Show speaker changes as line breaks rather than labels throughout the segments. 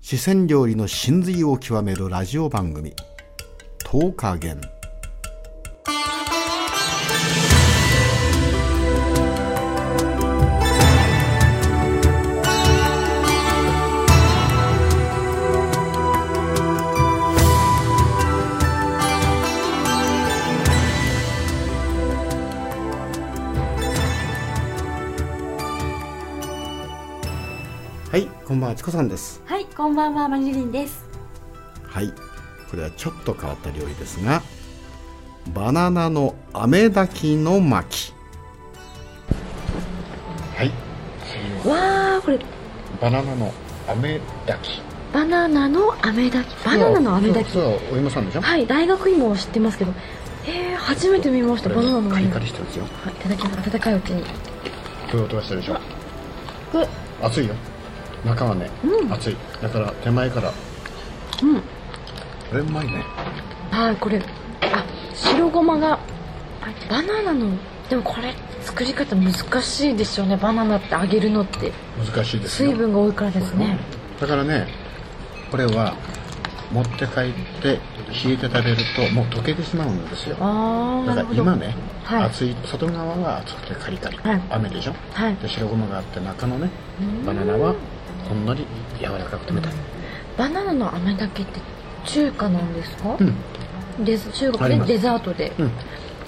四川料理の真髄を極めるラジオ番組「10日元」はいこんばんはチコさんです
はい、こんばんは、マリリンです。
はいこれはちょっと変わった料理ですがバナナの飴炊きの巻きはい
わあ、これ
バナナの飴炊き
バナナの飴炊き。バナナの飴炊き。
はお芋さんでしょ
はい、大学芋を知ってますけど、えー、初めて見ました。バナナの飴。はい、
してるんですよこ
いただきます。温かいうちに。
ういう音がしてるでしょ
これ、
熱いよ中はね、
うん
熱いだから手前から
うん。
これうまいね
はい、これ、あ、白ごまが、あバナナの、でもこれ、作り方難しいですよね。バナナって揚げるのって。
難しいですよ
水分が多いからですね。
だからねこれは持って帰って引いて食べるともう溶けてしまうんですよ
ああ、
だ
な
か
る
ら
ほど。
今ね、
はい
熱い外側は熱くてカリカリ、
はい
雨でしょ
はい。
で白ごまがあって中のね
うん
バナナはほんのり柔らかくて冷たい
バナナの飴炊きって中華なんですか、
うん
デザ中
あ
国
り
で
ます
デザートで、
うん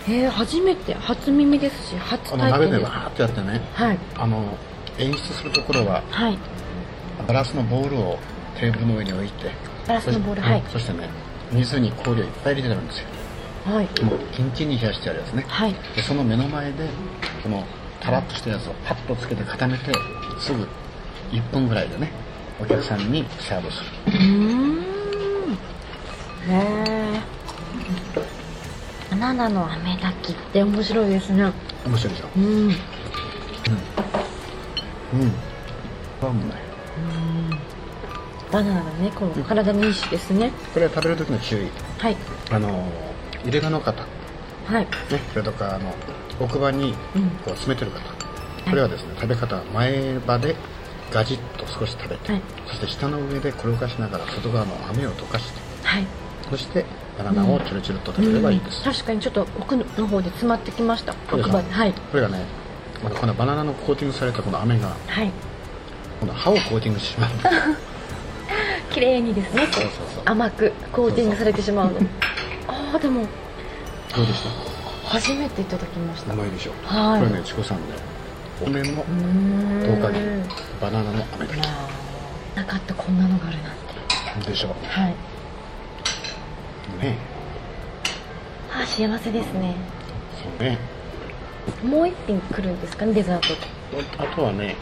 へえ初めて初耳ですし初
あの
体
鍋
験
で
です
わーってやってね
はい
あの演出するところは
はい
ガラスのボールをテーブルの上に置いて
ガラスのボール
そし
はい
うんそしてね水に氷をいっぱい入れてるんですよ
はい
もうキンキンに冷やしてあるやつね
はい
でその目の前でこのタラッとしたやつをパッとつけて固めてすぐ1分ぐらいでねお客さんにサーブす
うーんへえバナナの飴炊きって面白いですね
る面白いでしょ
うん
うんそうもない
バナナがねこの体にいいしですね
これは食べる時の注意
はい
あの入れ歯の方ね
はい
それとかあの奥歯に
うん
こう詰めてる方これはですね食べ方前歯でガジッと少し食べて、
はい
そして舌の上で転がしながら外側の飴を溶かして
はい
そしてバナナをチュルチュルっと食べればいいです、
うん確かにちょっと奥の方で詰まってきました
そうです
奥歯ではい
これがねまたこのバナナのコーティングされたこの飴が
はい
この歯をコーティングしてしまうそう
綺麗にですねこう
そうそう
甘くコーティングされてしまうのああでも
どうでした
初めていただきました
うまいでしょ
はい
これねチコさんねお面の
うーん
10日にバナナの飴
ま
だ
あなかったこんなのがあるなんて
けでしょ
はい
ね
ああ幸せですね
そうね
もう一品来るんですかねデザートで
あとはね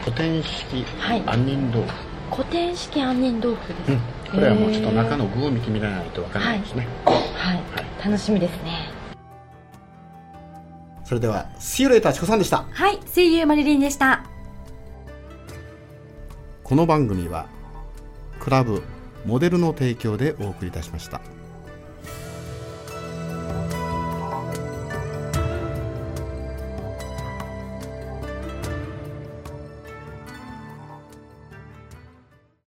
古典式
はい
杏仁豆腐、
古典式杏仁豆腐です、
これはもうちょっと中の具を見てみらないとわからないですね、
はい楽しみですね
それではシーレーターチコさんでした
はい声優マリリンでした
この番組はクラブモデルの提供でお送りいたしました